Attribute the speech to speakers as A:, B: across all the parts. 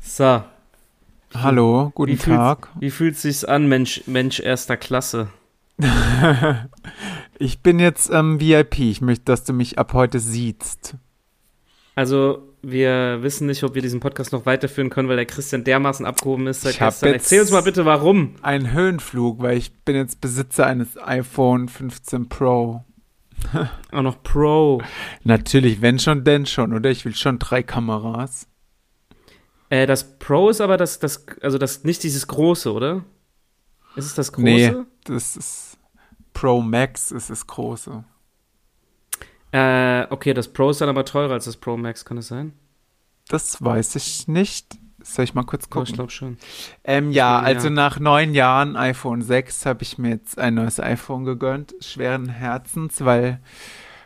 A: So,
B: Hallo, guten
A: wie,
B: Tag.
A: Fühlt, wie fühlt sich's an, Mensch, Mensch erster Klasse?
B: Ich bin jetzt ähm, VIP. Ich möchte, dass du mich ab heute siehst.
A: Also, wir wissen nicht, ob wir diesen Podcast noch weiterführen können, weil der Christian dermaßen abgehoben ist seit
B: Ich hab
A: gestern.
B: jetzt-
A: Erzähl uns mal bitte, warum.
B: Ein Höhenflug, weil ich bin jetzt Besitzer eines iPhone 15 Pro.
A: Auch noch Pro.
B: Natürlich, wenn schon, denn schon, oder? Ich will schon drei Kameras.
A: Äh, das Pro ist aber das, das, also das, nicht dieses große, oder? Ist es das große?
B: Nee, das ist Pro Max, ist das große.
A: Äh, okay, das Pro ist dann aber teurer als das Pro Max, kann es sein?
B: Das weiß ich nicht. Soll ich mal kurz
A: Oh, ich
B: gucken?
A: glaube schon.
B: Ähm, ja,
A: Ja.
B: also nach neun Jahren iPhone 6 habe ich mir jetzt ein neues iPhone gegönnt, schweren Herzens, weil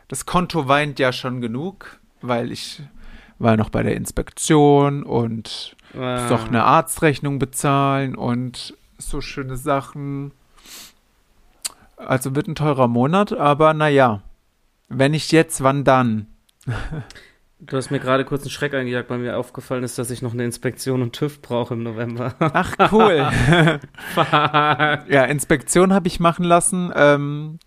B: das Konto weint ja schon genug, weil ich war noch bei der Inspektion und muss
A: Äh,
B: noch eine Arztrechnung bezahlen und so schöne Sachen. Also wird ein teurer Monat, aber naja, wenn nicht jetzt, wann dann?
A: Äh, Du hast mir gerade kurz einen Schreck eingejagt, weil mir aufgefallen ist, dass ich noch eine Inspektion und TÜV brauche im November.
B: Ach cool.
A: Fuck.
B: Ja, Inspektion habe ich machen lassen. Ähm,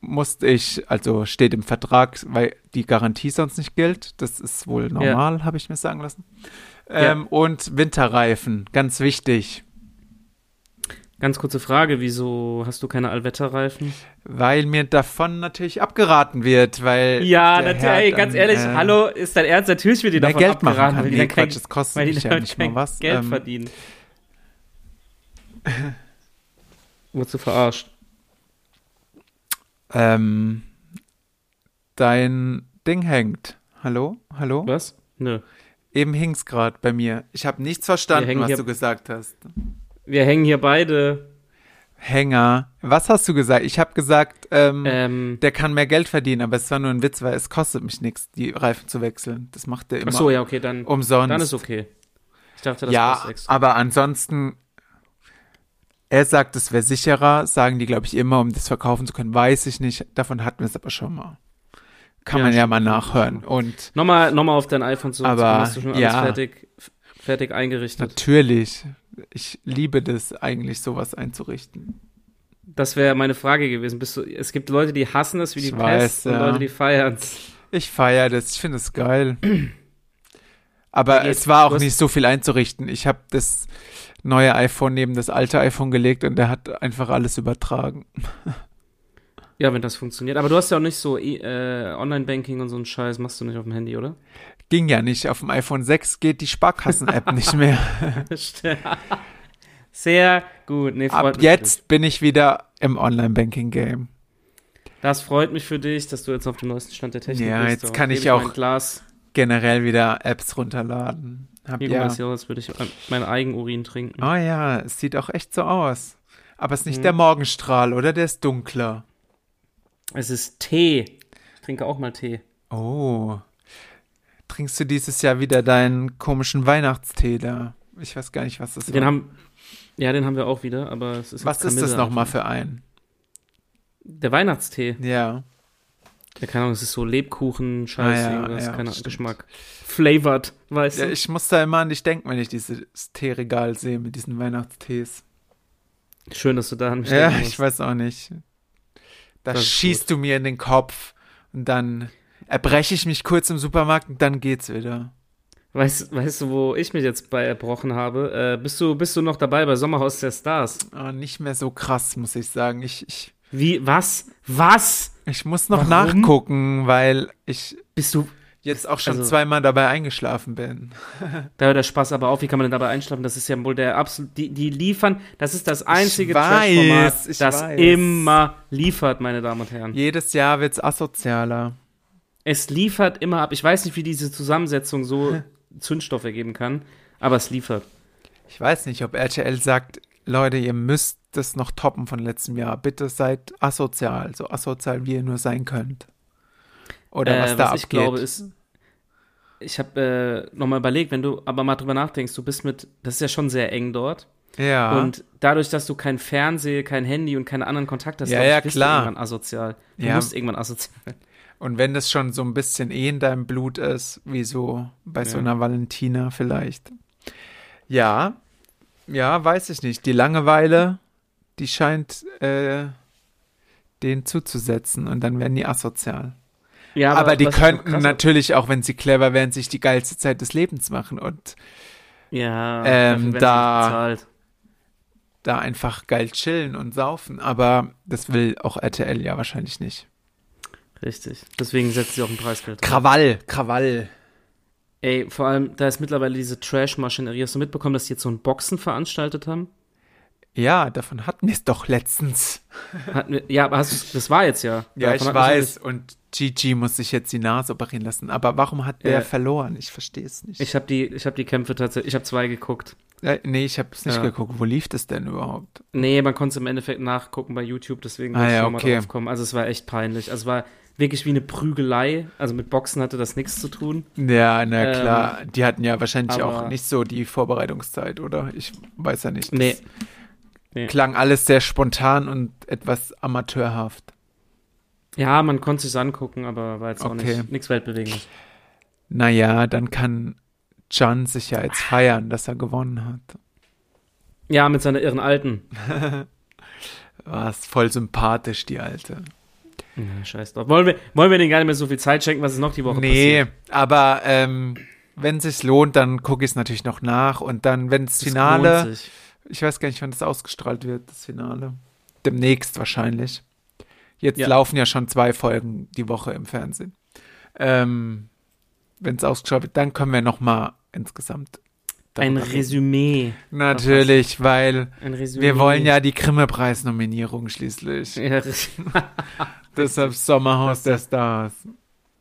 B: musste ich, also steht im Vertrag, weil die Garantie sonst nicht gilt. Das ist wohl normal, habe ich mir sagen lassen. Ähm, Und Winterreifen, ganz wichtig,
A: Ganz kurze Frage, wieso hast du keine Allwetterreifen?
B: weil mir davon natürlich abgeraten wird, weil
A: Ja,
B: der
A: natürlich,
B: Herd
A: ey, ganz
B: dann,
A: ehrlich,
B: äh,
A: hallo, ist dein Ernst? Natürlich wird die
B: mehr
A: davon
B: Geld machen
A: abgeraten,
B: kann.
A: weil die
B: Nee,
A: dann kein,
B: Quatsch, das kostet
A: weil die
B: mich ja
A: dann
B: nicht mal
A: kein
B: was.
A: Geld
B: ähm,
A: verdienen. Wurdest du verarscht?
B: ähm, dein Ding hängt. Hallo, hallo.
A: Was? Nö.
B: Eben hing's gerade bei mir. Ich habe nichts verstanden,
A: hängen
B: was
A: hier-
B: du gesagt hast.
A: Wir hängen hier beide.
B: Hänger. Was hast du gesagt? Ich habe gesagt, ähm,
A: Ähm,
B: der kann mehr Geld verdienen, aber es war nur ein Witz, weil es kostet mich nichts, die Reifen zu wechseln. Das macht der immer
A: ach so, ja, okay, dann,
B: umsonst.
A: dann ist okay. Ich dachte, das
B: ja, ah.
A: kostet extra.
B: aber ansonsten, er sagt, es wäre sicherer, sagen die, glaube ich, immer, um das verkaufen zu können, weiß ich nicht. Davon hatten wir es aber schon mal. Kann
A: Ja,
B: man ja
A: stimmt,
B: mal
A: stimmt,
B: nachhören.
A: stimmt.
B: Und
A: Nochmal, nochmal auf dein iPhone zurück.
B: Aber,
A: hast du schon
B: ja.
A: alles fertig, fertig eingerichtet.
B: natürlich, ich liebe das eigentlich, sowas einzurichten.
A: Das wäre meine Frage gewesen. Bist du, es gibt Leute, die hassen es wie die
B: Ich
A: Pest
B: weiß,
A: und
B: ja.
A: Leute, die feiern es.
B: Ich feiere das, ich finde es geil. Aber
A: Ja,
B: es war
A: du
B: auch
A: hast-
B: nicht so viel einzurichten. Ich habe das neue iPhone neben das alte iPhone gelegt und der hat einfach alles übertragen.
A: Ja, wenn das funktioniert. Aber du hast ja auch nicht so äh, Online-Banking und so einen Scheiß, machst du nicht auf dem Handy, oder?
B: Ging ja nicht. Auf dem iPhone 6 geht die Sparkassen-App nicht mehr.
A: Sehr gut. Nee, freut
B: Ab
A: mich Für
B: jetzt bin ich wieder im Online-Banking-Game.
A: dich. Das freut mich für dich, dass du jetzt auf dem neuesten Stand der Technik
B: Ja,
A: bist.
B: jetzt
A: Da
B: kann
A: hebe
B: ich auch-
A: mein Glas.
B: Generell wieder Apps runterladen. Hab
A: Hier, guck mal,
B: ja.
A: das sieht aus, als würde ich meinen Eigenurin trinken.
B: Oh ja, es sieht auch echt so aus. Aber es ist nicht
A: Mhm.
B: der Morgenstrahl, oder? Der ist dunkler.
A: Es ist Tee. Ich trinke auch mal Tee.
B: Oh. Trinkst du dieses Jahr wieder deinen komischen Weihnachtstee da? Ich weiß gar nicht, was das
A: Den
B: war.
A: haben, ja, den haben wir auch wieder, aber es ist
B: Was
A: jetzt
B: ist das
A: Kamille.
B: nochmal für ein?
A: Der Weihnachtstee.
B: Ja.
A: Ja, keine Ahnung, es ist so Lebkuchen-Scheiße,
B: Ah, ja,
A: irgendwas,
B: ja,
A: keine Ahnung,
B: stimmt.
A: Geschmack. Flavored, weißt
B: ja.
A: du?
B: Ich muss da immer an dich denken, wenn ich dieses Teeregal sehe mit diesen Weihnachtstees.
A: Schön, dass du da an mich
B: Ja,
A: denken
B: ich
A: musst.
B: weiß auch nicht. Da
A: Das ist
B: schießt du mir in den Kopf und dann erbreche ich mich kurz im Supermarkt und dann geht's wieder.
A: Weißt, weißt du, wo ich mich jetzt bei erbrochen habe? Äh, bist, du, bist du noch dabei bei Sommerhaus der Stars?
B: Aber Oh, nicht mehr so krass, muss ich sagen. Ich, ich,
A: Wie, was? Was?
B: ich muss noch
A: Warum?
B: nachgucken, weil ich
A: Bist du.
B: jetzt auch schon
A: Also-
B: zweimal dabei eingeschlafen bin.
A: Da hört der Spaß aber auf. Wie kann man denn dabei einschlafen? Das ist ja wohl der absolut. Die, die liefern. Das ist das einzige
B: weiß,
A: Trash-Format,
B: ich
A: das
B: weiß.
A: immer liefert, meine Damen und Herren.
B: Jedes Jahr wird's asozialer.
A: Es liefert immer ab. Ich weiß nicht, wie diese Zusammensetzung so Zündstoff ergeben kann, aber es liefert.
B: Ich weiß nicht, ob RTL sagt, Leute, ihr müsst das noch toppen von letztem Jahr. Bitte seid asozial, so asozial, wie ihr nur sein könnt. Oder was
A: Äh,
B: da
A: was
B: abgeht.
A: ich glaube ist, ich habe äh, nochmal überlegt, wenn du aber mal drüber nachdenkst, du bist mit, das ist ja schon sehr eng dort.
B: ja,
A: Und dadurch, dass du kein Fernsehen, kein Handy und keine anderen Kontakte hast,
B: Ja,
A: glaub ich,
B: ja,
A: bist
B: klar.
A: du irgendwann asozial. Du
B: Ja.
A: musst irgendwann asozial.
B: und wenn das schon so ein bisschen eh in deinem Blut ist, wie so bei so
A: Ja.
B: einer Valentina vielleicht, Ja, ja, weiß ich nicht. Die Langeweile, die scheint äh, den zuzusetzen und dann werden die asozial.
A: Ja,
B: aber, die
A: was ich noch
B: könnten
A: krasser-
B: natürlich auch, wenn sie clever wären, sich die geilste Zeit des Lebens machen und
A: Ja,
B: Ähm,
A: dafür werden sie
B: da-
A: nicht bezahlt.
B: da einfach geil chillen und saufen. Aber das will auch RTL ja wahrscheinlich nicht.
A: Richtig. Deswegen setzt sie auch ein Preisgeld. drauf.
B: Krawall, Krawall.
A: Ey, vor allem, da ist mittlerweile diese Trash-Maschinerie. Hast du mitbekommen, dass die jetzt so ein Boxen veranstaltet haben?
B: Ja, davon hatten wir es doch letztens.
A: Hatten wir, ja, aber hast du's- das war jetzt ja.
B: Ja,
A: Davon
B: ich
A: hatten wir schon
B: weiß. Und Gigi muss sich jetzt die Nase operieren lassen. Aber warum hat der
A: Ja.
B: verloren? Ich verstehe es nicht.
A: Äh. Ich habe die, ich habe die Kämpfe tatsächlich, ich habe zwei geguckt.
B: äh, nee, ich habe es nicht
A: Ja.
B: geguckt. Wo lief das denn überhaupt?
A: Nee, man konnte es im Endeffekt nachgucken bei YouTube, deswegen
B: Ah
A: wollte ich
B: ja,
A: nochmal
B: okay.
A: drauf kommen. Also es war echt peinlich. Also es war wirklich wie eine Prügelei. Also mit Boxen hatte das nichts zu tun.
B: Ja, na
A: Ähm,
B: klar. die hatten ja wahrscheinlich auch
A: aber-
B: nicht so die Vorbereitungszeit, oder? Ich weiß ja nicht. Das
A: Nee.
B: Klang alles sehr spontan und etwas amateurhaft.
A: Ja, man konnte es angucken, aber war jetzt auch
B: Okay.
A: nicht nichts weltbewegendes.
B: Naja, dann kann John sich ja jetzt feiern, dass er gewonnen hat.
A: Ja, mit seiner irren Alten.
B: War es voll sympathisch, die Alte.
A: Ja, scheiß drauf. Wollen wir, wollen wir denen gar nicht mehr so viel Zeit schenken, was ist noch die Woche
B: nee,
A: passiert?
B: aber ähm, wenn es sich lohnt, dann gucke ich es natürlich noch nach. Und dann, wenn das
A: Das
B: Finale,
A: lohnt sich.
B: ich weiß gar nicht, wann das ausgestrahlt wird, das Finale. Demnächst wahrscheinlich. Jetzt
A: Ja.
B: laufen ja schon zwei Folgen die Woche im Fernsehen. Ähm, wenn es ausgestrahlt wird, dann können wir noch mal insgesamt
A: Ein
B: darüber reden.
A: Resümee.
B: Natürlich, weil
A: Ein Resümee.
B: Wir wollen ja die Grimme-Preis-Nominierung schließlich.
A: Ja, das
B: Deshalb Sommerhaus der Stars.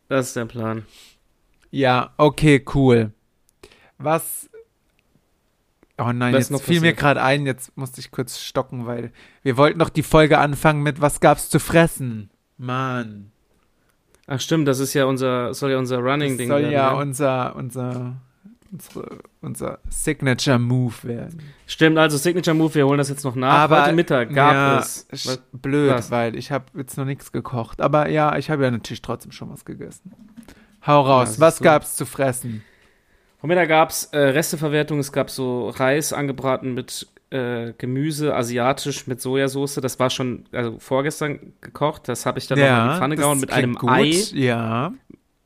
A: das ist der Plan.
B: Ja, okay, cool. Was. Oh nein,
A: Was ist
B: jetzt
A: noch
B: fiel mir
A: passiert?
B: gerade ein, jetzt musste ich kurz stocken, weil wir wollten noch die Folge anfangen mit Was gab's zu fressen? Mann.
A: Ach stimmt, das ist ja unser, soll ja unser
B: Das
A: Running-Ding
B: soll
A: werden.
B: ja
A: ne?
B: unser, unser, unsere, unser Signature-Move werden.
A: Stimmt, also Signature Move, wir holen das jetzt noch nach.
B: Aber-
A: Heute Mittag gab
B: ja,
A: es.
B: sch-
A: Was-
B: Blöd,
A: was?
B: weil ich habe jetzt noch nichts gekocht. Aber ja, ich habe ja natürlich trotzdem schon was gegessen. Hau raus,
A: siehst
B: was
A: du.
B: gab's zu fressen?
A: Vom Mittag gab es äh, Resteverwertung, es gab so Reis angebraten mit äh, Gemüse, asiatisch mit Sojasauce. Das war schon also vorgestern gekocht. Das habe ich dann noch in die Pfanne
B: das
A: gehauen mit
B: klingt
A: einem
B: gut.
A: Ei.
B: Ja,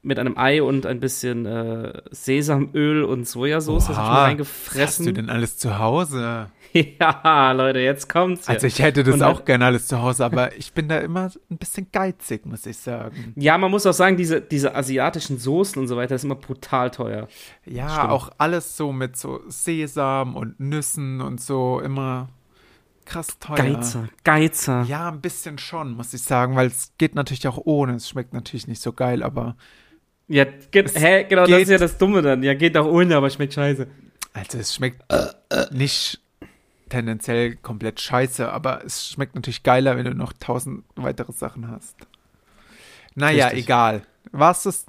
A: mit einem Ei und ein bisschen äh, Sesamöl und Sojasauce. Das habe ich mir
B: Oha,
A: reingefressen.
B: hast du denn alles zu Hause?
A: Ja, Leute, jetzt kommt's. Ja.
B: Also ich hätte das
A: Und
B: auch
A: halt-
B: gerne alles zu Hause, aber ich bin da immer ein bisschen geizig, muss ich sagen.
A: ja, man muss auch sagen, diese, diese asiatischen Soßen und so weiter ist immer brutal teuer.
B: Ja,
A: Stimmt.
B: auch alles so mit so Sesam und Nüssen und so immer krass teuer.
A: Geizer, Geizer.
B: Oh, Ja, ein bisschen schon, muss ich sagen, weil es geht natürlich auch ohne. Es schmeckt natürlich nicht so geil, aber
A: Ja, geht, hä, genau, das
B: geht-
A: ist ja das Dumme dann. Ja, geht auch ohne, aber schmeckt scheiße.
B: also es schmeckt nicht tendenziell komplett scheiße, aber es schmeckt natürlich geiler, wenn du noch tausend weitere Sachen hast. Naja,
A: Richtig.
B: egal. War's das?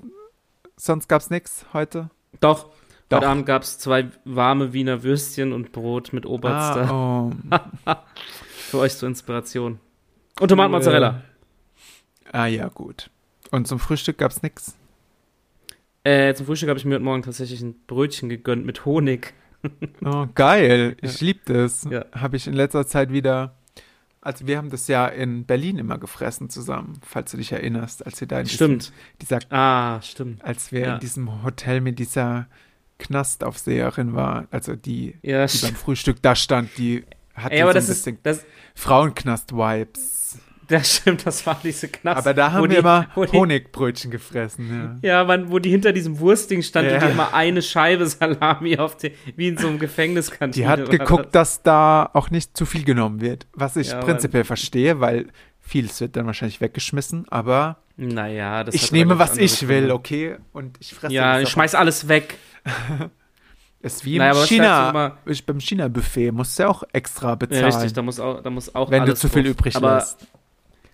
B: Sonst gab's nichts heute?
A: Doch.
B: Doch.
A: Heute Abend gab's zwei warme Wiener Würstchen und Brot mit Oberster.
B: Ah, oh.
A: Für euch zur Inspiration. Und Tomatenmozzarella.
B: ah ja, gut. Und zum Frühstück gab's nichts.
A: Äh, zum Frühstück habe ich mir heute Morgen tatsächlich ein Brötchen gegönnt mit Honig.
B: Oh, geil. Ich lieb das.
A: Ja.
B: Habe ich in letzter Zeit wieder. Also, wir haben das ja in Berlin immer gefressen zusammen, falls du dich erinnerst, als wir da in diesem,
A: Stimmt.
B: dieser,
A: Ah, stimmt.
B: als wir
A: Ja.
B: in diesem Hotel mit dieser Knastaufseherin waren. Also die,
A: Ja,
B: die beim
A: stimmt.
B: Frühstück da stand, die hatte
A: Ey, aber
B: so ein
A: das ist,
B: bisschen
A: das,
B: Frauenknast-Vibes.
A: das stimmt, das war diese Knast.
B: Aber da haben
A: wo
B: wir
A: die-
B: immer
A: wo die-
B: Honigbrötchen gefressen.
A: Ja, man, wo die hinter diesem Wurstding stand
B: Ja.
A: und die immer eine Scheibe Salami auf die, wie in so einem Gefängniskantine.
B: Die hat
A: war
B: geguckt, dass da auch nicht zu viel genommen wird. Was ich
A: Ja, Mann.
B: prinzipiell verstehe, weil vieles wird dann wahrscheinlich weggeschmissen, aber
A: Das. Naja, das
B: ich
A: hat
B: nehme,
A: aber ganz
B: was
A: andere
B: ich will,
A: Gründe.
B: okay? Und ich fresse
A: Ja,
B: das
A: ich
B: auch.
A: schmeiß alles weg.
B: Ist wie im
A: Naja, aber was
B: China.
A: sagst
B: ich, beim China-Buffet musst du ja auch extra bezahlen,
A: Ja, richtig, da muss auch, da muss auch
B: wenn du
A: alles
B: zu viel
A: drauf.
B: übrig
A: Aber
B: lässt.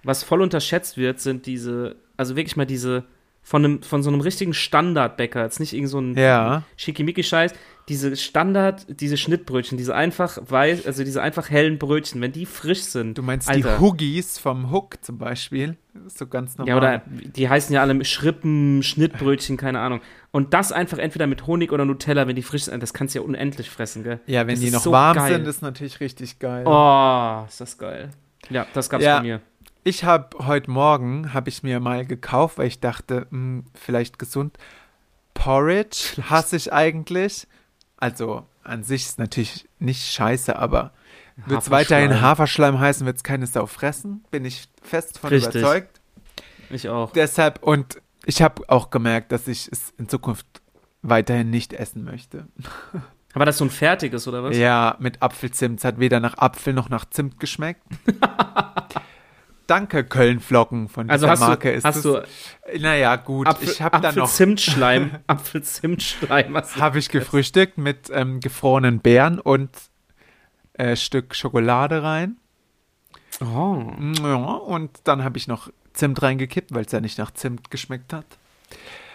A: was voll unterschätzt wird, sind diese, also wirklich mal diese, von, einem, von so einem richtigen Standardbäcker, jetzt nicht irgend so ein
B: Ja,
A: Schickimicki-Scheiß, diese Standard, diese Schnittbrötchen, diese einfach weiß, also diese einfach hellen Brötchen, wenn die frisch sind.
B: Du meinst
A: Alter.
B: die Hoogies vom Hook zum Beispiel? Das ist so ganz normal.
A: Ja, oder die heißen ja alle Schrippen, Schnittbrötchen, keine Ahnung. Und das einfach entweder mit Honig oder Nutella, wenn die frisch sind, das kannst du ja unendlich fressen, gell?
B: Ja, wenn
A: das
B: die
A: ist
B: noch
A: so
B: warm
A: geil.
B: sind, ist natürlich richtig geil.
A: Oh, ist das geil. Ja, das gab's
B: Ja.
A: bei mir.
B: Ich habe heute Morgen, habe ich mir mal gekauft, weil ich dachte, hm, vielleicht gesund. Porridge hasse ich eigentlich. Also an sich ist natürlich nicht scheiße, aber wird es weiterhin
A: Haferschleim.
B: Haferschleim heißen, wird es keine Sau fressen. Bin ich fest von
A: Richtig.
B: überzeugt.
A: Ich auch.
B: Deshalb, und ich habe auch gemerkt, dass ich es in Zukunft weiterhin nicht essen möchte.
A: Aber das so ein fertiges, oder was?
B: Ja, mit Apfelzimt. Es hat weder nach Apfel noch nach Zimt geschmeckt. Danke, Kölnflocken von
A: Also
B: dieser
A: hast
B: Marke
A: du,
B: ist
A: hast
B: es.
A: du
B: Naja, gut,
A: Apfel,
B: ich habe dann noch
A: Apfelzimtschleim, Apfelzimtschleim. hast du-
B: habe ich gefrühstückt mit ähm, gefrorenen Beeren und äh, Stück Schokolade rein.
A: Oh.
B: Ja, und dann habe ich noch Zimt reingekippt, weil es ja nicht nach Zimt geschmeckt hat.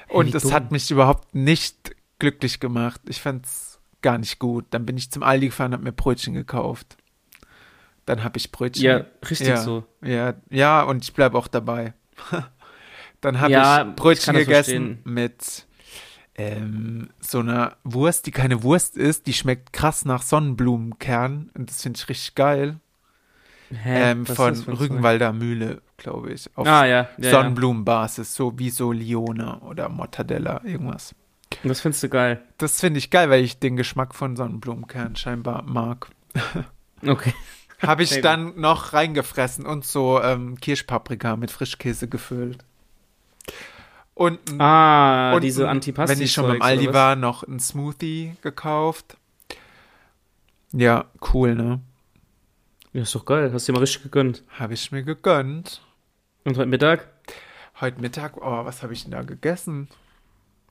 B: Und
A: wie
B: es
A: dumm.
B: hat mich überhaupt nicht glücklich gemacht. Ich fand es gar nicht gut. Dann bin ich zum Aldi gefahren und habe mir Brötchen gekauft. Dann habe ich Brötchen.
A: Ja, richtig
B: ja,
A: so.
B: Ja, ja, und ich bleibe auch dabei. dann habe
A: Ja,
B: ich
A: ich
B: Brötchen
A: kann das
B: gegessen
A: verstehen.
B: mit ähm, so einer Wurst, die keine Wurst ist. Die schmeckt krass nach Sonnenblumenkern. Und das finde ich richtig geil.
A: Hä,
B: Ähm,
A: was ist
B: von
A: das für ein Zeug?
B: Rügenwalder Mühle, glaube ich. Auf
A: Ah, ja. ja, ja.
B: Sonnenblumenbasis, so wie so Lione oder Mortadella, irgendwas.
A: Das findest du geil.
B: Das finde ich geil, weil ich den Geschmack von Sonnenblumenkern scheinbar mag.
A: Okay.
B: Habe ich
A: Sehr gut.
B: dann noch reingefressen und so ähm, Kirschpaprika mit Frischkäse gefüllt. Und, ein-
A: Ah,
B: und
A: diese
B: ein-
A: Antipasti.
B: wenn ich schon beim Aldi war, noch einen Smoothie gekauft. Ja, cool, ne?
A: Ja, ist doch geil. Hast du dir mal richtig gegönnt.
B: Habe ich mir gegönnt.
A: Und heute Mittag?
B: Heute Mittag, oh, was habe ich denn da gegessen?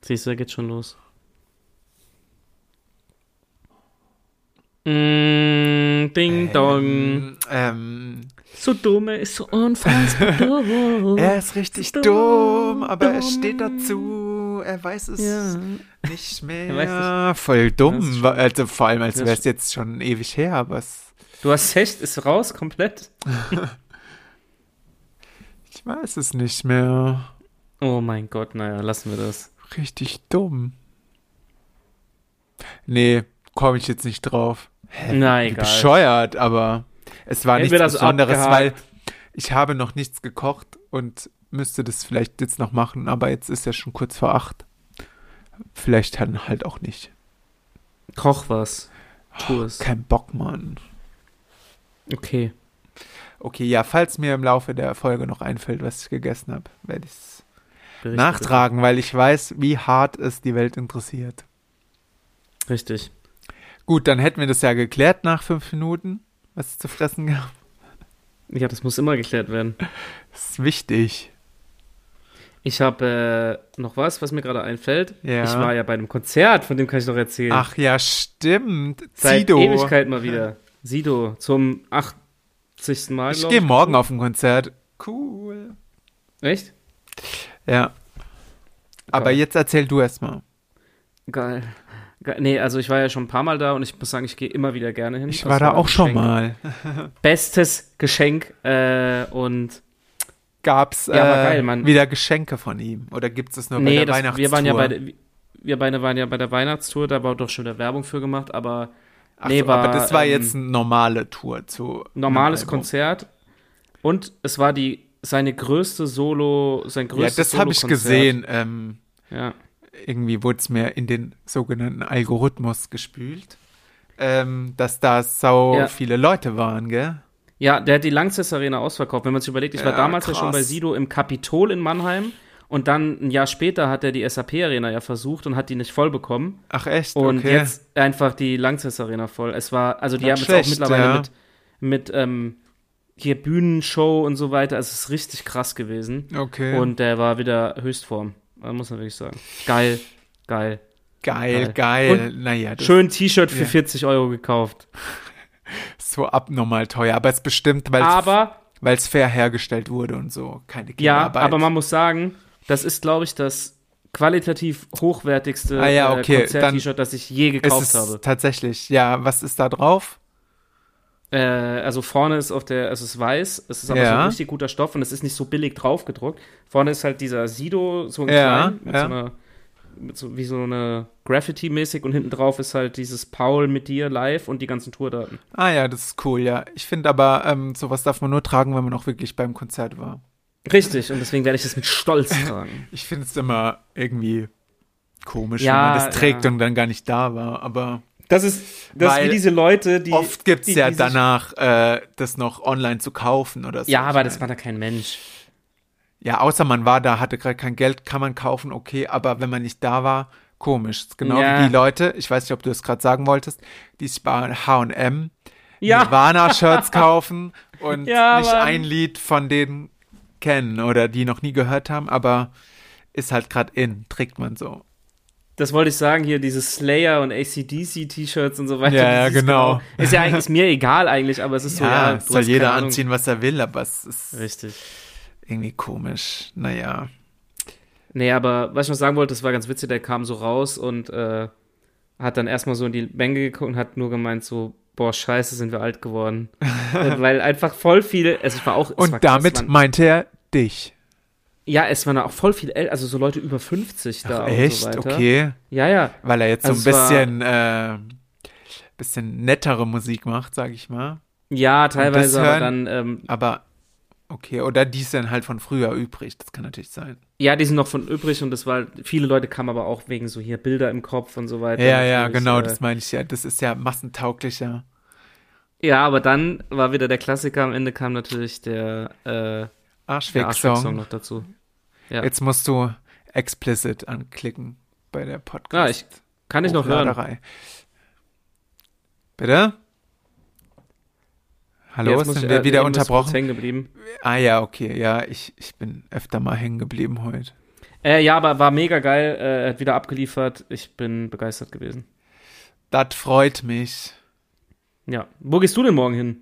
A: Siehst du, da geht's schon los. Mm, ding dong.
B: Ähm, ähm,
A: So dumm, er ist so unfassbar dumm.
B: er ist richtig
A: dumm,
B: dumm, aber er
A: dumm.
B: steht dazu. Er weiß es
A: Ja.
B: nicht mehr.
A: Er weiß Das
B: Voll
A: ist
B: dumm.
A: schon-
B: wa- Also vor allem, als
A: Das
B: wäre es jetzt schon ewig her, aber es,
A: Du hast recht, ist raus komplett.
B: ich weiß es nicht mehr.
A: Oh mein Gott, naja, lassen wir das.
B: Richtig dumm. Nee, komme ich jetzt nicht drauf. Hä,
A: Na,
B: wie
A: egal.
B: Bescheuert, aber es war
A: Entweder
B: nichts
A: so
B: Besonderes, weil
A: abgehakt.
B: ich habe noch nichts gekocht und müsste das vielleicht jetzt noch machen, aber jetzt ist ja schon kurz vor acht. Vielleicht dann halt auch nicht.
A: Koch was. Tu es.
B: Kein Bock, Mann.
A: Okay.
B: Okay, ja, falls mir im Laufe der Folge noch einfällt, was ich gegessen habe, werde ich es
A: Berichte
B: nachtragen, weil ich weiß, wie hart es die Welt interessiert.
A: bitte. Richtig.
B: Gut, dann hätten wir das ja geklärt nach fünf Minuten, was es zu fressen gab.
A: Ja, das muss immer geklärt werden.
B: Das ist wichtig.
A: Ich habe äh, noch was, was mir gerade einfällt.
B: Ja.
A: Ich war ja bei einem Konzert, von dem kann ich noch erzählen.
B: Ach ja, stimmt.
A: Seit
B: Sido.
A: Ewigkeit mal wieder. Sido zum 80. Mal.
B: Ich
A: glaub
B: gehe morgen auf ein Konzert. Cool.
A: Echt?
B: Ja. Aber
A: Geil.
B: jetzt erzähl du erst mal.
A: Geil. Geil. Nee, also ich war ja schon ein paar Mal da und ich muss sagen, ich gehe immer wieder gerne hin.
B: Ich
A: Das
B: war da
A: ein
B: auch schon
A: Geschenk.
B: mal.
A: Bestes Geschenk. Äh, und
B: Gab's
A: Ja, aber
B: äh,
A: geil, Mann.
B: wieder Geschenke von ihm? Oder gibt's es nur bei
A: nee,
B: der
A: das,
B: Weihnachtstour?
A: wir waren ja bei der, wir beide waren ja bei der Weihnachtstour, da war doch schon der Werbung für gemacht, aber
B: Ach
A: Nee,
B: so, aber
A: war,
B: das war
A: ähm,
B: jetzt eine normale Tour zu
A: normales
B: einem Album.
A: Konzert. Und es war die seine größte Solo, sein
B: Ja,
A: größtes
B: das habe ich
A: Solo-Konzert.
B: gesehen. Ähm,
A: Ja.
B: irgendwie wurde es mir in den sogenannten Algorithmus gespült, ähm, dass da so
A: Ja.
B: viele Leute waren, gell?
A: Ja, der hat die Lanxess Arena ausverkauft. Wenn man sich überlegt, ich war
B: Ja,
A: damals ja schon
B: krass.
A: bei Sido im Kapitol in Mannheim und dann ein Jahr später hat er die SAP Arena ja versucht und hat die nicht voll bekommen
B: Ach echt?
A: und
B: okay.
A: jetzt einfach die Lanxess Arena voll. Es war also die
B: Nicht
A: haben
B: schlecht,
A: jetzt auch mittlerweile
B: ja.
A: mit mit ähm, hier Bühnenshow und so weiter. Also es ist richtig krass gewesen
B: okay.
A: und der war wieder Höchstform. äh, Muss man wirklich sagen. Geil, geil.
B: geil,
A: geil.
B: geil. naja, das
A: Schön T-Shirt für
B: Ja.
A: 40 Euro gekauft.
B: ist so abnormal teuer, aber es ist bestimmt, weil
A: Aber
B: es fair hergestellt wurde und so. Keine
A: Ja,
B: Kinderarbeit.
A: aber man muss sagen, das ist, glaube ich, das qualitativ hochwertigste äh,
B: Ah ja, okay,
A: Konzert-T-Shirt, das ich je
B: Es
A: gekauft
B: ist
A: habe.
B: tatsächlich, ja, was ist da drauf?
A: Äh, also vorne ist auf der, also es ist weiß, es ist aber
B: Ja.
A: so ein richtig guter Stoff und es ist nicht so billig draufgedruckt. Vorne ist halt dieser Sido, so ein
B: Ja,
A: klein, mit
B: ja.
A: so einer, mit so, wie so eine Graffiti-mäßig und hinten drauf ist halt dieses Paul mit dir live und die ganzen Tourdaten.
B: Ah ja, das ist cool, ja. Ich finde aber, ähm, sowas darf man nur tragen, wenn man auch wirklich beim Konzert war.
A: Richtig, und deswegen werde ich das mit Stolz tragen.
B: Ich finde es immer irgendwie komisch,
A: Ja,
B: wenn man das trägt
A: ja.
B: und dann gar nicht da war. Aber
A: Das ist,
B: das ist Weil wie diese
A: Leute, die.
B: oft gibt es ja
A: die sich-
B: danach, äh, das noch online zu kaufen oder so.
A: Ja, aber
B: Ich
A: das
B: mein,
A: war da kein Mensch.
B: Ja, außer man war da, hatte gerade kein Geld, kann man kaufen, okay. Aber wenn man nicht da war, komisch. Ist Genau
A: Ja.
B: wie die Leute, ich weiß nicht, ob du es gerade sagen wolltest, die sich bei H&M
A: Ja.
B: Nirvana-Shirts kaufen und
A: Ja,
B: nicht
A: Mann.
B: ein Lied von denen kennen oder die noch nie gehört haben, aber ist halt gerade in, trägt man so.
A: Das wollte ich sagen, hier diese Slayer und ACDC-T-Shirts und so weiter.
B: Ja, ja,
A: dieses
B: genau.
A: Grau. Ist ja eigentlich, ist mir egal eigentlich, aber es ist so, ja,
B: Ja,
A: du
B: soll
A: hast
B: jeder
A: keine Ahnung.
B: anziehen, was er will, aber es ist
A: Richtig.
B: irgendwie komisch. Naja.
A: Nee, aber was ich noch sagen wollte, das war ganz witzig, der kam so raus und äh, hat dann erstmal so in die Menge geguckt und hat nur gemeint so, boah, scheiße, sind wir alt geworden. Äh, Weil einfach voll viele, also es war auch, es war
B: Und
A: krass,
B: damit
A: es waren,
B: meinte er dich.
A: ja, es waren auch voll viele, El- also so Leute über 50 da und
B: Echt?
A: so weiter.
B: okay.
A: Ja, ja,
B: Weil er jetzt
A: Also
B: so ein
A: es war-
B: bisschen, äh, bisschen nettere Musik macht, sag ich mal.
A: ja, teilweise, aber
B: hören-
A: dann, ähm,
B: Aber okay, oder die ist dann halt von früher übrig. Das kann natürlich sein.
A: ja, die sind noch von übrig und das war, viele Leute kamen aber auch wegen so hier Bilder im Kopf und so weiter.
B: Ja, ja,
A: Natürlich,
B: genau,
A: äh,
B: das meine ich ja. Das ist ja massentauglicher.
A: Ja, aber dann war wieder der Klassiker, am Ende kam natürlich der, äh, der Arschweg-Song
B: Arschweg-Song.
A: noch dazu. Ja.
B: Jetzt musst du explicit anklicken bei der
A: Ja,
B: Podcast.
A: ich kann ich noch hören.
B: Hochladerei. Bitte? Hallo,
A: muss
B: sind
A: ich,
B: wir
A: äh,
B: wieder
A: eben ist kurz
B: unterbrochen?
A: Hängen geblieben.
B: Ah ja, okay, ja, ich, ich bin öfter mal hängen geblieben heute.
A: Äh, ja, aber war mega geil. Äh, hat wieder abgeliefert. Ich bin begeistert gewesen.
B: Das freut mich.
A: Ja. Wo gehst du denn morgen hin?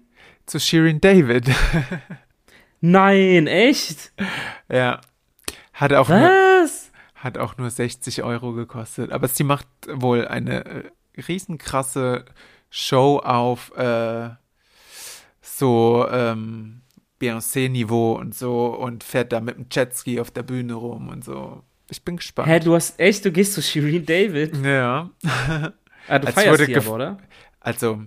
B: Zu Shirin David.
A: Nein, echt?
B: ja. Hat auch, nur,
A: Was?
B: hat auch nur 60 Euro gekostet. Aber sie macht wohl eine äh, riesenkrasse Show auf äh, so ähm, Beyoncé-Niveau und so und fährt da mit dem Jetski auf der Bühne rum und so. Ich bin gespannt.
A: Hä, du hast echt, du gehst zu Shirin David?
B: ja.
A: Ah, du
B: Als
A: feierst
B: wurde
A: die
B: gef-
A: aber, oder?
B: Also,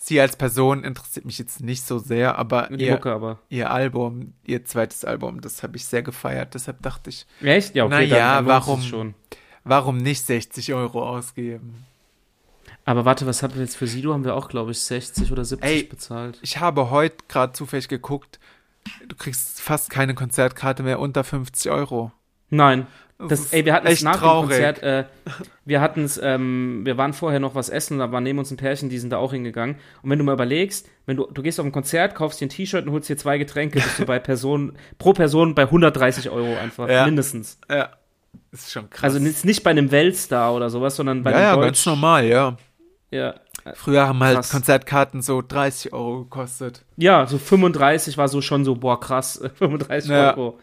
B: sie als Person interessiert mich jetzt nicht so sehr, aber
A: Mit die
B: ihr,
A: Mucke aber.
B: ihr Album, ihr zweites Album, das habe ich sehr gefeiert. Deshalb dachte ich,
A: Echt? Ja, okay,
B: Na
A: dann-
B: ja,
A: dann lohnt es
B: warum?
A: sich schon.
B: warum nicht 60 Euro ausgeben?
A: Aber warte, was haben wir jetzt für Sido? Haben wir auch, glaube ich, 60 oder 70
B: Ey.
A: bezahlt.
B: Ich habe heute gerade zufällig geguckt, du kriegst fast keine Konzertkarte mehr unter 50 Euro.
A: Nein. Das, ey, wir hatten es
B: Äh, echt
A: nach
B: traurig.
A: dem Konzert, äh, wir hatten es, ähm, wir waren vorher noch was essen, da waren neben uns ein Pärchen, die sind da auch hingegangen. Und wenn du mal überlegst, wenn du, du gehst auf ein Konzert, kaufst dir ein T-Shirt und holst dir zwei Getränke, bist du bei Person, pro Person bei 130 Euro einfach,
B: Ja.
A: mindestens.
B: Ja, ist schon krass.
A: Also jetzt nicht bei einem Weltstar oder sowas, sondern bei
B: ja,
A: einem
B: ja,
A: Deutsch.
B: ganz normal, ja.
A: Ja.
B: Früher haben halt
A: Krass.
B: Konzertkarten so 30 Euro gekostet.
A: ja, so 35 war so schon so, boah, krass, 35
B: Ja.
A: Euro.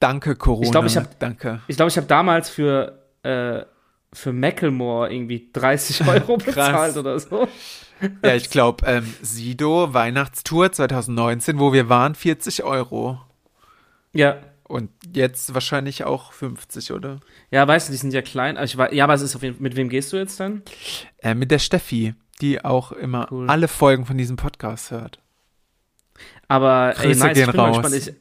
B: Danke, Corona.
A: Ich glaub, ich hab-
B: Danke.
A: Ich glaube, ich habe damals für, äh, für Macklemore irgendwie 30 Euro bezahlt oder so.
B: Ja, ich glaube, ähm, Sido, Weihnachtstour 2019, wo wir waren, 40 Euro.
A: Ja.
B: Und jetzt wahrscheinlich auch 50, oder?
A: Ja, weißt du, die sind ja klein. Aber ich wei- ja, aber es ist auf jeden Fall. Mit wem gehst du jetzt dann?
B: Äh, mit der Steffi, die auch immer
A: Cool.
B: alle Folgen von diesem Podcast hört.
A: Aber ey,
B: Grüße
A: nice,
B: gehen
A: ich bin mal
B: raus.
A: gespannt. Ich,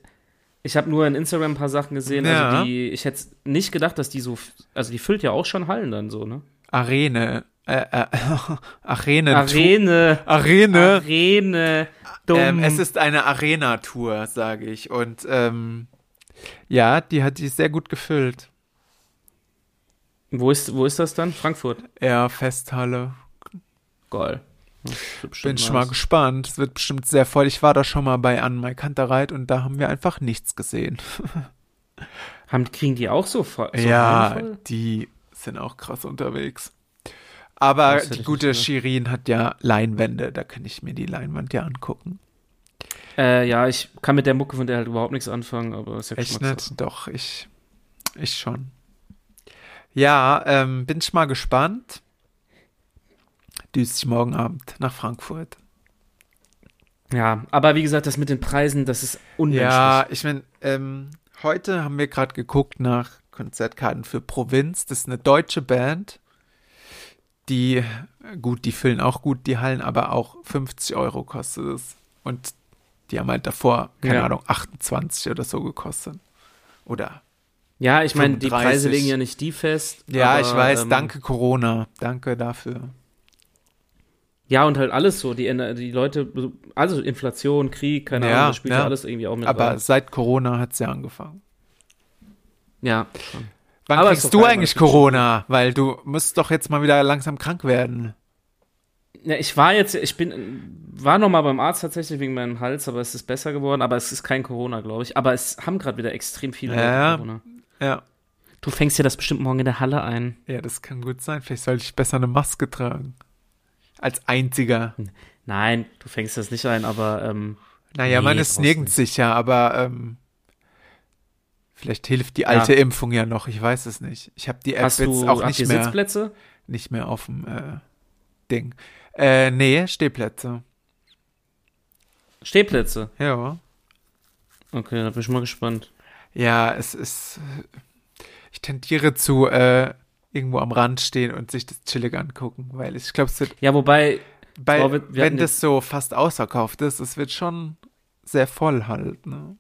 A: ich habe nur in Instagram ein paar Sachen gesehen.
B: Ja.
A: Also die, ich hätte nicht gedacht, dass die so. f- Also die füllt ja auch schon Hallen dann so, ne?
B: Arene. Äh, äh, Arenen.
A: Arene.
B: Arene.
A: Arene. Dumm.
B: Ähm, es ist eine Arena-Tour, sage ich. Und ähm, ja, die hat sich sehr gut gefüllt.
A: wo, ist, wo ist das dann? Frankfurt.
B: Ja, Festhalle.
A: Geil. Das wird
B: Bin
A: bestimmt
B: schon mal
A: nice.
B: gespannt. Es wird bestimmt sehr voll. Ich war da schon mal bei An Mai Kantereit und da haben wir einfach nichts gesehen.
A: Haben, kriegen die auch so, voll- so
B: ja,
A: Hallen voll?
B: die sind auch krass unterwegs. Aber
A: Das hätte ich
B: die
A: nicht
B: gute
A: gedacht.
B: Shirin hat ja Leinwände, da kann ich mir die Leinwand ja angucken.
A: Äh, ja, ich kann mit der Mucke von der halt überhaupt nichts anfangen, aber ist ja
B: Echt
A: Geschmackssache.
B: nicht? Doch, ich, ich schon. Ja, ähm, bin ich mal gespannt. Düst ich morgen Abend nach Frankfurt.
A: Ja, aber wie gesagt, das mit den Preisen, das ist unmenschlich.
B: Ja, ich meine, ähm, heute haben wir gerade geguckt nach Konzertkarten für Provinz. Das ist eine deutsche Band. Die, gut, die füllen auch gut die Hallen, aber auch 50 Euro kostet es. Und die haben halt davor, keine
A: Ja.
B: Ahnung, 28 oder so gekostet. Oder
A: Ja, ich meine, die
B: 35.
A: Preise legen ja nicht die fest.
B: Ja,
A: aber,
B: ich weiß.
A: ähm,
B: danke, Corona. Danke dafür.
A: Ja, und halt alles so, die, Ener- die Leute, also Inflation, Krieg, keine
B: Ja,
A: Ahnung, das spielt ja
B: ja.
A: alles irgendwie auch mit
B: Aber
A: rein.
B: seit Corona hat's ja angefangen.
A: Ja,
B: Wann
A: Aber ist
B: kriegst
A: doch
B: du
A: geil,
B: eigentlich
A: man kriegt-
B: Corona? Weil du musst doch jetzt mal wieder langsam krank werden.
A: Ja, ich war jetzt, ich bin, war noch mal beim Arzt tatsächlich wegen meinem Hals, aber es ist besser geworden. Aber es ist kein Corona, glaube ich. Aber es haben gerade wieder extrem viele Leute
B: Ja.
A: Corona.
B: Ja.
A: Du fängst dir das bestimmt morgen in der Halle ein.
B: Ja, das kann gut sein. Vielleicht sollte ich besser eine Maske tragen. Als einziger.
A: Nein, du fängst das nicht ein, aber ähm,
B: Naja,
A: Nee,
B: man ist
A: brauchst
B: nirgends sicher, aber ähm, vielleicht hilft die alte Impfung ja noch. Ich weiß es nicht. Ich habe die App
A: hast
B: jetzt
A: du
B: auch
A: habt
B: nicht
A: ihr
B: mehr,
A: Sitzplätze?
B: nicht mehr auf dem äh, Ding. Äh, nee, Stehplätze.
A: Stehplätze.
B: Ja.
A: Okay, da bin ich mal gespannt.
B: Ja, es ist. äh, Ich tendiere zu äh, irgendwo am Rand stehen und sich das chillig angucken, weil ich glaube, es wird.
A: Ja, wobei,
B: Bei,
A: glaube, wir hatten
B: wenn das so fast ausverkauft ist, es wird schon sehr voll halt, ne?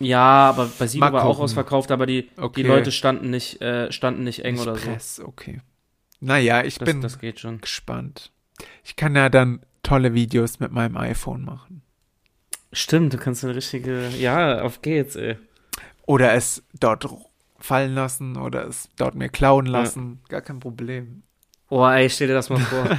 A: ja, aber bei Sido
B: Mal
A: war auch
B: gucken.
A: ausverkauft, aber die,
B: Okay.
A: die Leute standen nicht, äh, standen nicht eng
B: Nicht
A: oder so.
B: Press, okay. Naja, ich
A: Das,
B: bin
A: das geht schon.
B: gespannt. Ich kann ja dann tolle Videos mit meinem iPhone machen.
A: Stimmt, du kannst eine richtige, ja, auf geht's, ey.
B: Oder es dort r- fallen lassen oder es dort mir klauen lassen. Gar kein Problem.
A: Oh, ey, stell dir das mal vor.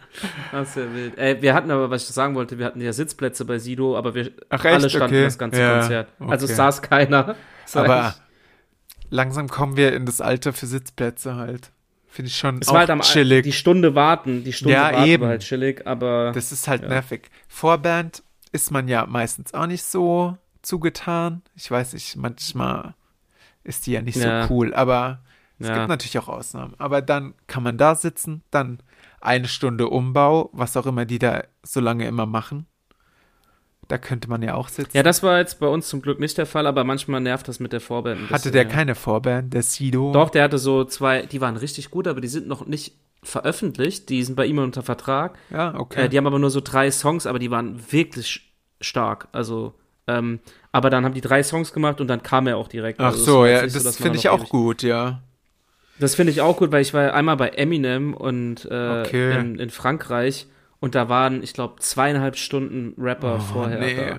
A: das ist ja wild. Ey, wir hatten aber, was ich sagen wollte, wir hatten ja Sitzplätze bei Sido, aber wir
B: Ach,
A: alle
B: echt?
A: standen
B: Okay.
A: das ganze
B: Ja,
A: Konzert. Also es
B: okay.
A: saß keiner. sag
B: Aber
A: ich.
B: langsam kommen wir in das Alter für Sitzplätze halt. Finde ich schon
A: es
B: auch
A: war halt am
B: chillig.
A: Die Stunde warten, die Stunde
B: Ja,
A: warten
B: eben.
A: war halt chillig, aber
B: das ist halt
A: ja.
B: nervig. Vorband ist man ja meistens auch nicht so zugetan. Ich weiß nicht, manchmal ist die ja nicht
A: Ja.
B: so cool, aber es
A: Ja.
B: gibt natürlich auch Ausnahmen. Aber dann kann man da sitzen, dann eine Stunde Umbau, was auch immer die da so lange immer machen. Da könnte man ja auch sitzen.
A: ja, das war jetzt bei uns zum Glück nicht der Fall, aber manchmal nervt das mit der Vorband. ein
B: hatte
A: bisschen,
B: der
A: ja.
B: keine Vorband, der Sido.
A: Doch, der hatte so zwei, die waren richtig gut, aber die sind noch nicht veröffentlicht, die sind bei ihm unter Vertrag.
B: Ja, okay.
A: Äh, die haben aber nur so drei Songs, aber die waren wirklich sch- stark. Also, ähm, aber dann haben die drei Songs gemacht und dann kam er auch direkt.
B: Ach
A: also,
B: so,
A: war jetzt
B: ja,
A: nicht so,
B: das
A: dass man da
B: finde ich
A: noch
B: auch
A: ewig-
B: gut, ja.
A: Das finde ich auch gut, weil ich war einmal bei Eminem und äh,
B: Okay.
A: in, in Frankreich und da waren, ich glaube, zweieinhalb Stunden Rapper vorher.
B: Oh, nee.
A: Da.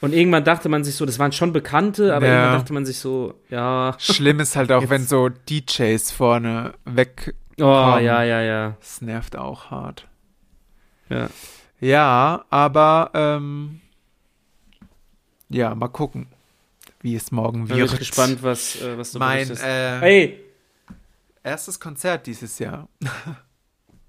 A: Und irgendwann dachte man sich so, das waren schon Bekannte, aber
B: Ja.
A: irgendwann dachte man sich so, ja,
B: Schlimm ist halt auch,
A: Jetzt-
B: wenn so DJs vorne weg.
A: oh,
B: Komm.
A: ja, ja, ja,
B: Das nervt auch hart.
A: ja.
B: Ja, aber ähm, ja, mal gucken, wie es morgen
A: Da
B: wird.
A: bin ich gespannt, was, äh, was du
B: Mein
A: berichtest.
B: äh,
A: Ey,
B: erstes Konzert dieses Jahr.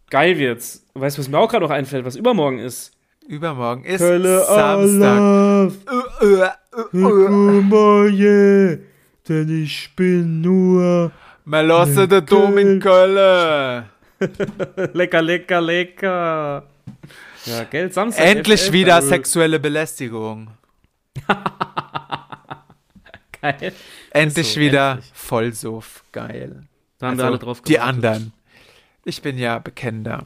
A: geil wird's. Weißt du, was mir auch gerade noch einfällt, was übermorgen ist?
B: Übermorgen ist
A: Hölle
B: Samstag.
A: Alarv,
B: Äh, äh, äh, äh.
A: Kummerje, denn ich bin nur
B: Melosse de Dom in Köln.
A: lecker, lecker, lecker. Ja, Geld Samstag.
B: Endlich
A: 11.11.
B: wieder
A: Also,
B: sexuelle Belästigung.
A: Geil.
B: Endlich
A: so,
B: wieder
A: endlich.
B: Vollsuff. Geil.
A: Da haben wir
B: Also,
A: alle drauf
B: Die
A: gewartet.
B: anderen. Ich bin ja bekennender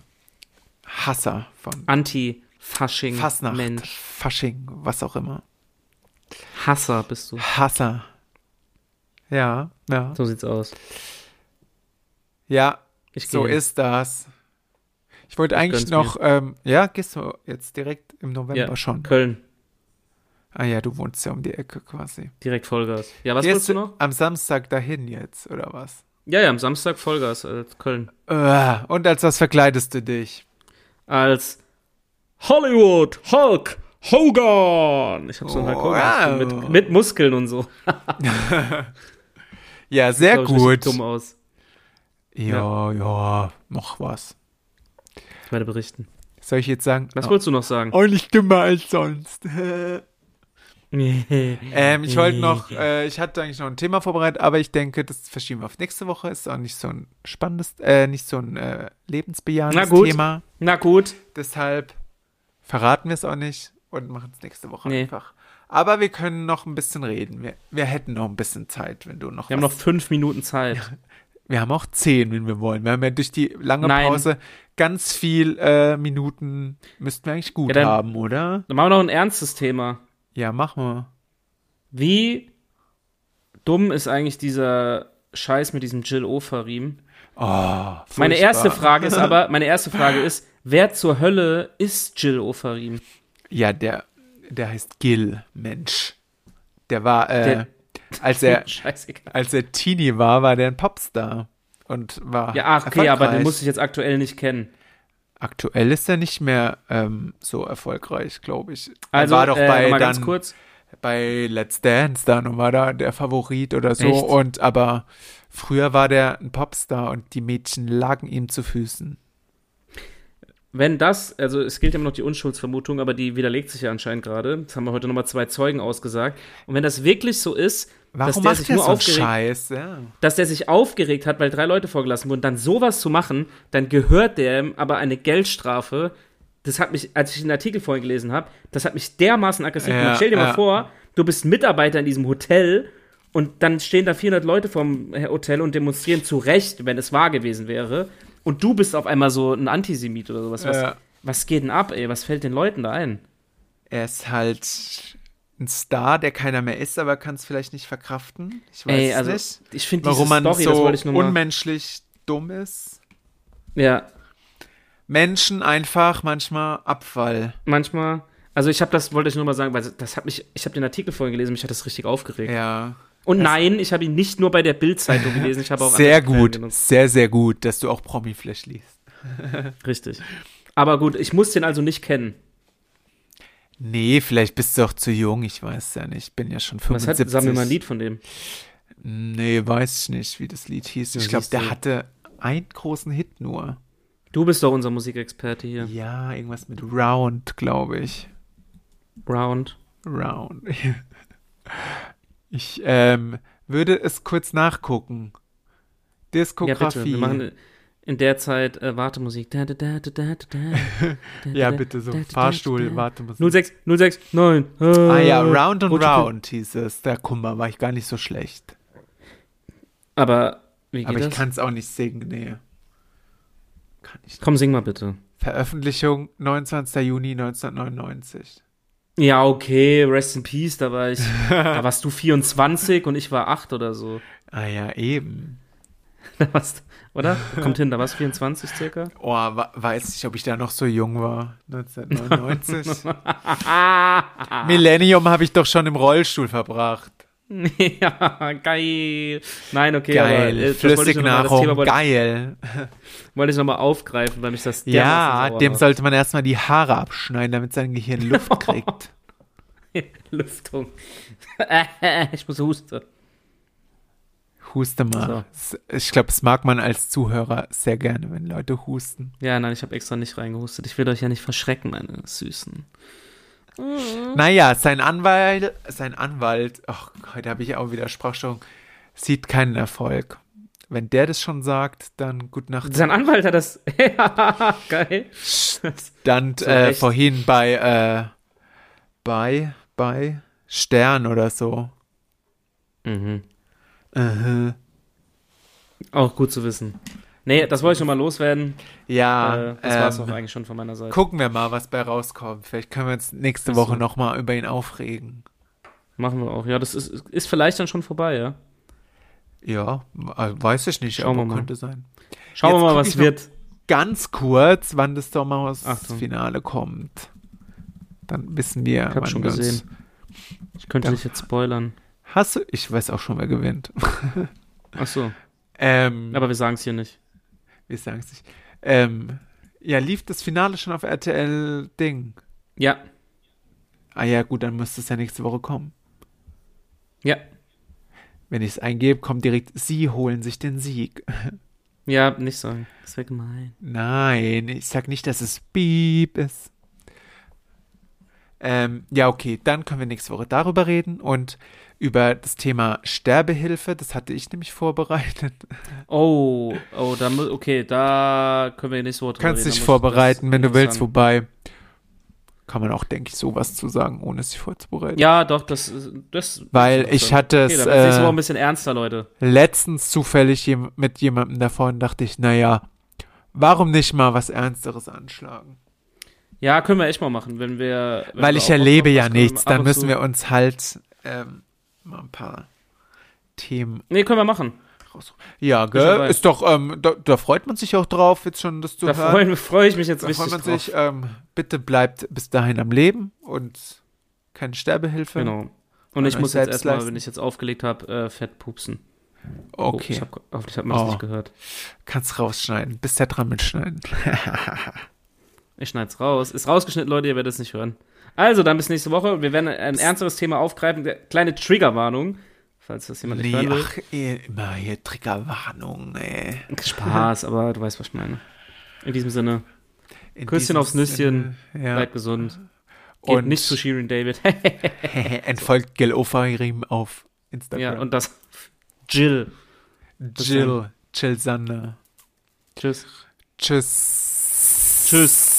B: Hasser von
A: Anti-Fasching.
B: Fasnacht,
A: Mensch.
B: Fasching, was auch immer.
A: Hasser bist du.
B: Hasser. Ja, ja.
A: So sieht's aus.
B: Ja,
A: Ich
B: so
A: gehe.
B: ist das. Ich wollte eigentlich
A: gönn's
B: noch, ähm, ja, gehst du jetzt direkt im November
A: Ja,
B: schon.
A: Köln.
B: Ah ja, du wohnst ja um die Ecke quasi.
A: Direkt Vollgas. Ja, was
B: gehst
A: willst du noch?
B: am Samstag dahin jetzt, oder was?
A: Ja, ja, am Samstag Vollgas. Äh, Köln.
B: Äh, und als was verkleidest du dich?
A: als Hollywood Hulk Hogan. Ich habe so ein Hulk Hogan
B: Oh, Wow.
A: mit, mit Muskeln und so.
B: Ja, sehr
A: Glaub ich, richtig
B: gut.
A: dumm aus.
B: Ja, ja, noch was.
A: Ich werde berichten.
B: Soll ich jetzt sagen?
A: Was
B: Ah.
A: wolltest du noch sagen?
B: Auch nicht dümmer als sonst. ähm, ich wollte noch, äh, ich hatte eigentlich noch ein Thema vorbereitet, aber ich denke, das verschieben wir auf nächste Woche. Ist auch nicht so ein spannendes, äh, nicht so ein äh, lebensbejahendes
A: Na gut.
B: Thema.
A: Na gut.
B: Deshalb verraten wir es auch nicht und machen es nächste Woche
A: Nee.
B: einfach. Aber wir können noch ein bisschen reden. Wir, wir hätten noch ein bisschen Zeit, wenn du noch.
A: Wir haben noch
B: was-
A: fünf Minuten Zeit.
B: wir haben auch zehn, wenn wir wollen. Wir haben ja durch die lange
A: Nein.
B: Pause ganz viel äh, Minuten. Müssten wir eigentlich gut
A: Ja, dann-
B: haben, oder?
A: Dann machen wir noch ein ernstes Thema.
B: Ja, machen wir.
A: Wie dumm ist eigentlich dieser Scheiß mit diesem Jill Ofer-Riemen?
B: Oh,
A: Meine
B: furchtbar.
A: erste Frage ist aber, meine erste Frage ist, wer zur Hölle ist Jill Oferim?
B: Ja, der, der heißt Gil, Mensch. Der war, äh,
A: Der-
B: als er,
A: Scheißegal.
B: als er Teenie war, war der ein Popstar. Und war.
A: Ja, ach, okay, aber den
B: erfolgreich.
A: muss ich jetzt aktuell nicht kennen.
B: Aktuell ist er nicht mehr ähm, so erfolgreich, glaube ich.
A: Also,
B: er war doch
A: äh,
B: bei,
A: noch mal
B: dann,
A: ganz kurz.
B: bei Let's Dance dann und war da der Favorit oder so.
A: Echt?
B: Und aber früher war der ein Popstar und die Mädchen lagen ihm zu Füßen.
A: Wenn das, also es gilt ja immer noch die Unschuldsvermutung, aber die widerlegt sich ja anscheinend gerade. Das haben wir heute nochmal zwei Zeugen ausgesagt. Und wenn das wirklich so ist, dass
B: Warum
A: der,
B: macht
A: sich
B: er
A: nur
B: so einen
A: aufgeregt,
B: Scheiß? Ja.
A: dass der sich aufgeregt hat, weil drei Leute vorgelassen wurden, dann sowas zu machen, dann gehört dem aber eine Geldstrafe. Das hat mich, als ich den Artikel vorhin gelesen habe, das hat mich dermaßen aggressiv
B: Ja,
A: gemacht. Stell dir
B: ja.
A: mal vor, du bist Mitarbeiter in diesem Hotel und dann stehen da 400 Leute vom Hotel und demonstrieren zu Recht, wenn es wahr gewesen wäre. Und du bist auf einmal so ein Antisemit oder sowas. Was,
B: Ja.
A: was geht denn ab, ey? Was fällt den Leuten da ein?
B: Er ist halt ein Star, der keiner mehr ist, aber kann es vielleicht nicht verkraften. Ich weiß
A: Ey,
B: es
A: also,
B: nicht.
A: ich finde diese
B: Warum man
A: Story, das
B: so
A: wollte ich nur mal.
B: unmenschlich dumm ist.
A: Ja,
B: Menschen einfach manchmal Abfall.
A: manchmal. Also ich habe das, wollte ich nur mal sagen, weil das hat mich, ich habe den Artikel vorhin gelesen, mich hat das richtig aufgeregt.
B: Ja.
A: Und nein, ich habe ihn nicht nur bei der Bild-Zeitung gelesen, ich habe auch
B: Sehr
A: andere Quellen
B: gut,
A: genutzt.
B: sehr, sehr gut, dass du auch Promiflash liest.
A: Richtig. Aber gut, ich muss den also nicht kennen.
B: Nee, vielleicht bist du auch zu jung, ich weiß ja nicht. Ich bin ja schon
A: Was hat,
B: 75.
A: sag mir mal ein Lied von dem.
B: Nee, weiß ich nicht, wie das Lied hieß. Ich
A: Ja,
B: glaube,
A: siehst
B: der
A: du.
B: hatte einen großen Hit nur.
A: Du bist doch unser Musikexperte hier.
B: Ja, irgendwas mit Round, glaube ich.
A: Round.
B: Round. Ich ähm, würde es kurz nachgucken.
A: Ja,
B: Diskografie.
A: bitte. Wir machen in der Zeit äh, Wartemusik. Da, da, da, da, da, da, da,
B: ja,
A: da,
B: bitte, so
A: da, da, da,
B: Fahrstuhl,
A: da.
B: warte mal.
A: 06, 06, 9. Äh,
B: Ah ja, Round und
A: rote Tür.
B: Round hieß es. Da, guck mal, war ich gar nicht so schlecht.
A: Aber wie geht
B: Aber ich
A: das?
B: kann es auch nicht singen, nee. Kann ich nicht.
A: Komm, sing mal bitte.
B: Veröffentlichung 29. Juni 1999.
A: Ja, okay, rest in peace, da war ich, da warst du 24 und ich war 8 oder so.
B: Ah ja, eben.
A: Da warst, oder? Kommt hin, da warst du 24 circa.
B: Oh, wa- weiß nicht, ob ich da noch so jung war. 1999. Millennium habe ich doch schon im Rollstuhl verbracht.
A: ja, geil. Nein, okay,
B: Geil,
A: aber, äh, das wollte ich noch mal- das Thema
B: Flüssignahrung,
A: wollte,
B: geil.
A: wollte ich nochmal aufgreifen, weil mich das dermaßen
B: Ja,
A: sauer
B: dem
A: macht.
B: sollte man erstmal die Haare abschneiden, damit sein Gehirn Luft kriegt.
A: Lüftung. ich muss husten.
B: Huste mal. Ich glaube, das mag man als Zuhörer sehr gerne, wenn Leute husten.
A: Ja, nein, ich habe extra nicht reingehustet. Ich will euch ja nicht verschrecken, meine Süßen. Mhm.
B: Naja, sein Anwalt, sein Anwalt, ach, heute habe ich auch wieder Sprachstörung, sieht keinen Erfolg. Wenn der das schon sagt, dann gut Nacht.
A: Sein Anwalt hat das. ja, geil.
B: Dann
A: So
B: äh,
A: echt.
B: vorhin bei, äh, bei, bei Stern oder so.
A: Mhm.
B: Mhm.
A: Auch gut zu wissen. Nee, das wollte ich nochmal loswerden.
B: Ja,
A: äh, das war's
B: ähm,
A: auch eigentlich schon von meiner Seite.
B: Gucken wir mal, was bei rauskommt. Vielleicht können wir uns nächste
A: Ach so.
B: Woche nochmal über ihn aufregen.
A: Machen wir auch. Ja, das ist, ist vielleicht dann schon vorbei, ja.
B: Ja, äh, weiß ich nicht,
A: Schauen wir
B: aber
A: mal.
B: könnte sein.
A: Schauen
B: Jetzt
A: wir mal,
B: guck
A: was
B: ich noch-
A: wird.
B: Ganz kurz, wann das
A: Achtung.
B: Sommerhaus-Finale kommt. Dann wissen wir,
A: Ich
B: wann
A: hab schon
B: wir uns-
A: gesehen. Ich könnte
B: Ja.
A: dich jetzt spoilern.
B: Hast du? Ich weiß auch schon, wer gewinnt.
A: Ach so,
B: Ähm,
A: aber wir sagen es hier nicht.
B: wir sagen es nicht. Ähm, ja, lief das Finale schon auf RTL-Ding?
A: Ja,
B: Ah ja, gut, dann müsste es ja nächste Woche kommen.
A: ja,
B: Wenn ich es eingebe, kommt direkt, sie holen sich den Sieg.
A: ja, nicht sagen. Das wäre gemein.
B: Nein, ich sag nicht, dass es Beep ist. Ähm, ja, okay, dann können wir nächste Woche darüber reden und über das Thema Sterbehilfe. Das hatte ich nämlich vorbereitet.
A: Oh, oh, da mu- okay, da können wir nächste Woche drüber
B: Kannst
A: reden,
B: dich
A: da muss ich das
B: vorbereiten, wenn du willst,
A: interessant-
B: wobei kann man auch, denke ich, sowas zu sagen, ohne sich vorzubereiten.
A: Ja, doch, das ist- das
B: Weil
A: das-
B: ich hatte
A: Okay,
B: es
A: dann äh, nächste Woche
B: äh,
A: ein bisschen ernster, Leute.
B: letztens zufällig jem- mit jemandem davon, dachte ich, naja, warum nicht mal was Ernsteres anschlagen?
A: Ja, können wir echt mal machen, wenn wir wenn
B: Weil
A: wir
B: ich
A: auch
B: erlebe
A: noch was
B: ja
A: können,
B: nichts,
A: ab
B: dann
A: und
B: müssen
A: zu-
B: wir uns halt ähm, mal ein paar Themen
A: Nee, können wir machen.
B: raussuchen. Ja,
A: dabei.
B: gell? Ist doch, ähm, da, da freut man sich auch drauf, jetzt schon das zu
A: Da
B: hören.
A: freue freu ich mich jetzt
B: da
A: richtig
B: freut man
A: drauf.
B: sich. Ähm, bitte bleibt bis dahin am Leben und keine Sterbehilfe.
A: Genau. Und
B: An
A: ich
B: euch
A: muss jetzt
B: selbst
A: erstmal,
B: leisten.
A: wenn ich jetzt aufgelegt habe, äh, fett pupsen. Oh,
B: Okay,
A: ich hab, hoffentlich hat man das
B: Oh.
A: nicht gehört.
B: kannst rausschneiden. Bist ja dran mit Schneiden.
A: Ich schneid's raus. Ist rausgeschnitten, Leute, ihr werdet es nicht hören. Also, dann bis nächste Woche. Wir werden ein ernsteres Thema aufgreifen. Der- Kleine Triggerwarnung, falls das jemand nicht
B: Nee,
A: hören will.
B: ach, eh, immer hier Triggerwarnung, ey.
A: Spaß, aber du weißt, was ich meine. In diesem Sinne,
B: In
A: Küsschen
B: diesem
A: aufs Nüsschen.
B: Sinne, Ja.
A: bleibt gesund. Geht
B: Und
A: nicht zu Shirin David.
B: entfolgt Gil Ofarim auf Instagram.
A: ja, und das. Jill.
B: Jill, Jill Sander.
A: Tschüss.
B: Tschüss.
A: Tschüss.